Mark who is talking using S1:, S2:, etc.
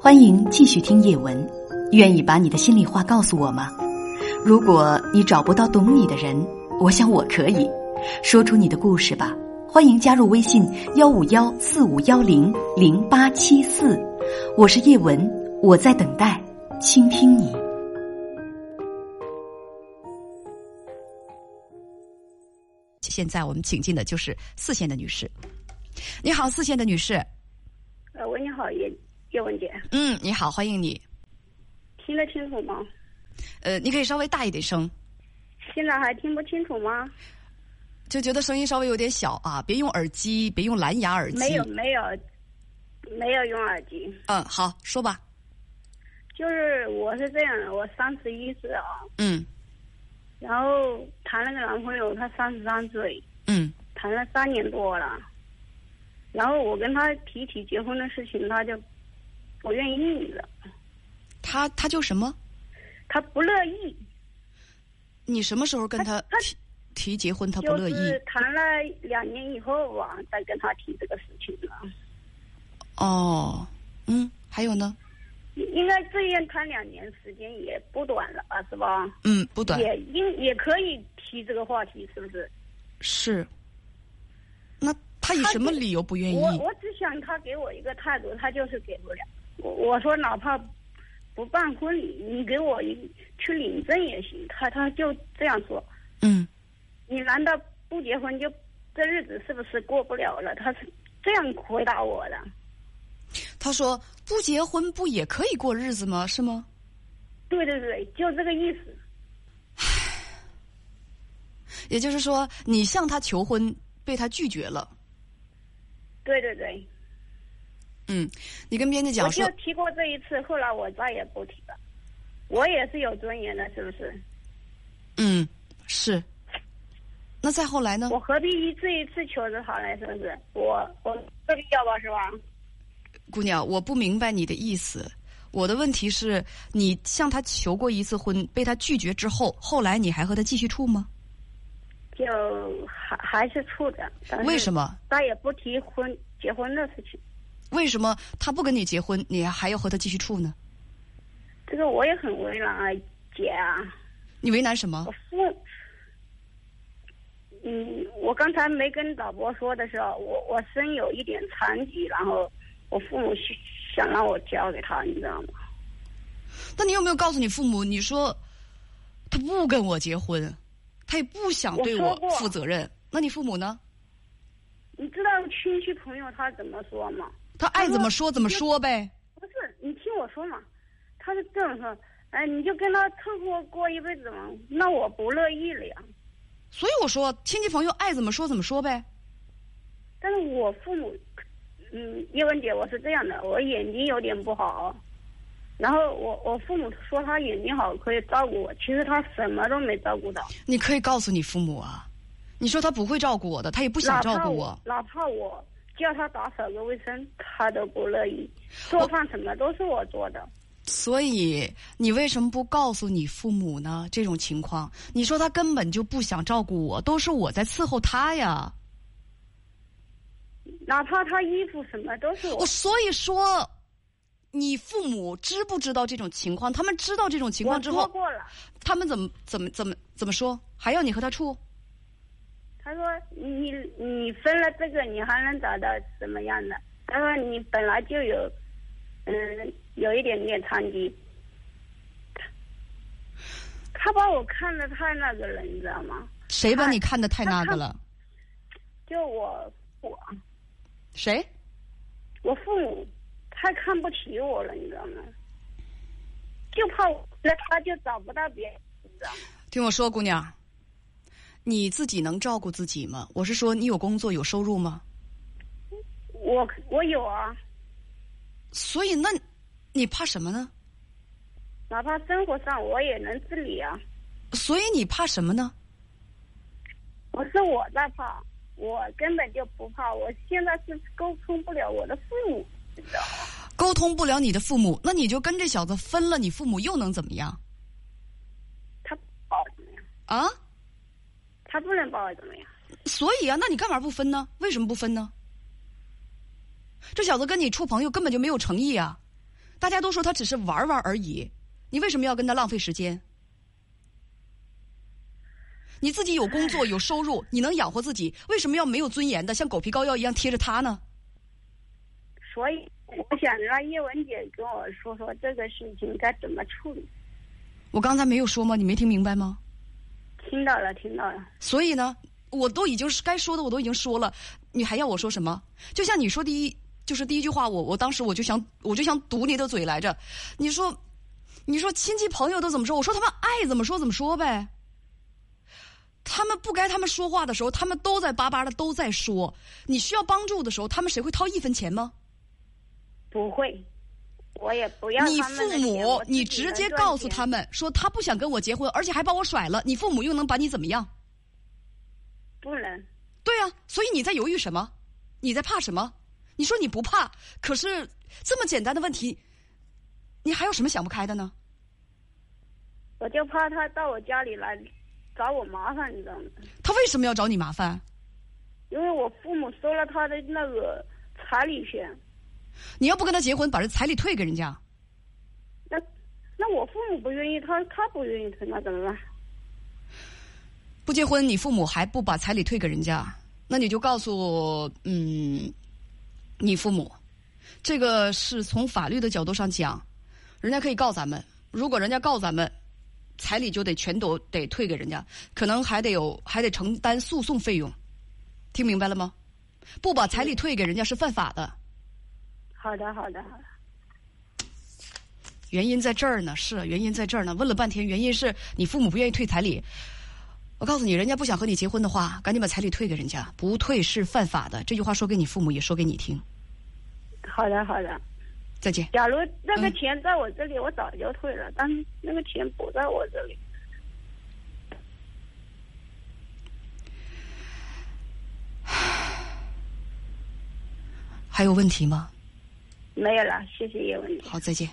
S1: 欢迎继续听叶文，愿意把你的心里话告诉我吗？如果你找不到懂你的人，我想我可以，说出你的故事吧。欢迎加入微信幺五幺四五幺零零八七四，我是叶文，我在等待，倾听你。现在我们请进的就是四线的女士，你好，四线的女士，
S2: 呃，喂，你好，叶叶文姐，
S1: 嗯，你好，欢迎你，
S2: 听得清楚吗？
S1: 呃，你可以稍微大一点声，
S2: 现在还听不清楚吗？
S1: 就觉得声音稍微有点小啊，别用耳机，别用蓝牙耳机，
S2: 没有，没有，没有用耳机，
S1: 嗯，好，说吧，
S2: 就是我是这样的，我三十一岁啊，
S1: 嗯
S2: 然后谈了个男朋友，他三十三岁，
S1: 嗯
S2: 谈了三年多了，然后我跟他提起结婚的事情，他就不愿意了，
S1: 他他就什么？
S2: 他不乐意，
S1: 你什么时候跟他
S2: 他
S1: 提提结婚？他不
S2: 就
S1: 乐意
S2: 是谈了两年以后啊，再跟他提这个事情了。
S1: 哦，嗯，还有呢？
S2: 应该这样谈两年时间也不短了吧，是吧？
S1: 嗯，不短
S2: 也应也可以提这个话题，是不是？
S1: 是。那他以
S2: 他
S1: 什么
S2: 就
S1: 理由不愿意？
S2: 我我只想他给我一个态度，他就是给不了。我我说哪怕不办婚礼，你给我一去领证也行。他他就这样说，
S1: 嗯，
S2: 你难道不结婚就这日子是不是过不了了？他是这样回答我的。
S1: 他说不结婚不也可以过日子吗？是吗？
S2: 对对对，就这个意思。
S1: 也就是说，你向他求婚被他拒绝了。
S2: 对对对，
S1: 嗯，你跟编辑
S2: 我
S1: 讲
S2: 就
S1: 说，
S2: 提过这一次，后来我再也不提了。我也是有尊严的，是不是？
S1: 嗯，是。那再后来呢？
S2: 我何必一次一次求着他呢？是不是？我我这必要吧，是吧？
S1: 姑娘，我不明白你的意思。我的问题是，你向他求过一次婚，被他拒绝之后，后来你还和他继续处吗？
S2: 就还还是处的，但是
S1: 为什么？
S2: 再也不提婚结婚的事情？
S1: 为什么他不跟你结婚，你还要和他继续处呢？
S2: 这个我也很为难啊，姐啊，
S1: 你为难什么
S2: 我？父，嗯，我刚才没跟导播说的时候，我我身有一点残疾，然后我父母想想让我交给他，你知道吗？
S1: 那你有没有告诉你父母？你说他不跟我结婚，他也不想对我
S2: 我说过
S1: 负责任。那你父母呢？
S2: 你知道亲戚朋友他怎么说吗？
S1: 他爱怎么说怎么说呗。
S2: 不是，你听我说嘛，他是这么说，哎，你就跟他凑合过一辈子嘛，那我不乐意了呀。
S1: 所以我说，亲戚朋友爱怎么说怎么说呗。
S2: 但是我父母，嗯，叶文姐，我是这样的，我眼睛有点不好，然后我我父母说他眼睛好可以照顾我，其实他什么都没照顾到，
S1: 你可以告诉你父母啊，你说他不会照顾我的，他也不想照
S2: 哪怕
S1: 顾
S2: 我
S1: 我。
S2: 哪怕我叫他打扫个卫生，他都不乐意，做饭什么都是我做的。
S1: 所以你为什么不告诉你父母呢？这种情况，你说他根本就不想照顾我，都是我在伺候他呀。
S2: 哪怕他衣服什么都是我
S1: 我所以说，你父母知不知道这种情况？他们知道这种情
S2: 我
S1: 况之
S2: 说
S1: 后，
S2: 过了，
S1: 他们怎么怎么怎么怎么说？还要你和他处？
S2: 他说你你分了这个，你还能找到什么样的？他说你本来就有，嗯，有一点点残疾。他把我看的太那个了，你知道吗？
S1: 谁把
S2: 他
S1: 你看得太那个了？
S2: 就我我
S1: 谁？
S2: 我父母太看不起我了，你知道吗？就怕我那他就找不到别人，你知道吗？
S1: 听我说，姑娘，你自己能照顾自己吗？我是说，你有工作有收入吗？
S2: 我我有啊，
S1: 所以那，你怕什么呢？
S2: 哪怕生活上我也能自理啊。
S1: 所以你怕什么呢？
S2: 不是我在怕，我根本就不怕，我现在是沟通不了我的父母，你知道吗？
S1: 沟通不了你的父母，那你就跟这小子分了，你父母又能怎么样
S2: 他不把我怎么样？
S1: 啊？
S2: 他不能把我怎么样？
S1: 所以啊，那你干嘛不分呢？为什么不分呢？这小子跟你处朋友根本就没有诚意啊！大家都说他只是玩玩而已，你为什么要跟他浪费时间？你自己有工作有收入，你能养活自己，为什么要没有尊严的像狗皮膏药一样贴着他呢？
S2: 所以我想让叶文姐跟我说说这个事情该怎么处理。
S1: 我刚才没有说吗？你没听明白吗？
S2: 听到了，听到了。
S1: 所以呢，我都已经是该说的我都已经说了，你还要我说什么？就像你说第一，就是第一句话，我我当时我就想我就想堵你的嘴来着。你说，你说亲戚朋友都怎么说？我说他们爱怎么说怎么说呗。他们不该他们说话的时候，他们都在巴巴的都在说。你需要帮助的时候，他们谁会掏一分钱吗？
S2: 不会，我也不要
S1: 你
S2: 他们
S1: 父
S2: 的钱
S1: 母
S2: 我，自己
S1: 你直
S2: 能
S1: 接
S2: 赚
S1: 告诉
S2: 钱
S1: 他们说他不想跟我结婚，而且还把我甩了，你父母又能把你怎么样？
S2: 不能。
S1: 对啊，所以你在犹豫什么？你在怕什么？你说你不怕，可是这么简单的问题，你还有什么想不开的呢？
S2: 我就怕他到我家里来找我麻烦，你知道吗？
S1: 他为什么要找你麻烦？
S2: 因为我父母收了他的那个彩礼钱，
S1: 你要不跟他结婚，把这彩礼退给人家，
S2: 那那我父母不愿意，他他不愿意，那怎么办？
S1: 不结婚，你父母还不把彩礼退给人家，那你就告诉嗯，你父母，这个是从法律的角度上讲，人家可以告咱们，如果人家告咱们，彩礼就得全都得退给人家，可能还得有还得承担诉讼费用，听明白了吗？不把彩礼退给人家是犯法的，
S2: 好的，好的，好的。
S1: 原因在这儿呢，是原因在这儿呢。问了半天，原因是你父母不愿意退彩礼。我告诉你，人家不想和你结婚的话，赶紧把彩礼退给人家，不退是犯法的。这句话说给你父母，也说给你听。
S2: 好的，好的。
S1: 再见。
S2: 假如那个
S1: 嗯
S2: 钱在我这里，我早就退了，但是那个钱不在我这里。
S1: 还有问题吗？
S2: 没有了，谢谢叶文姐。
S1: 好，再见。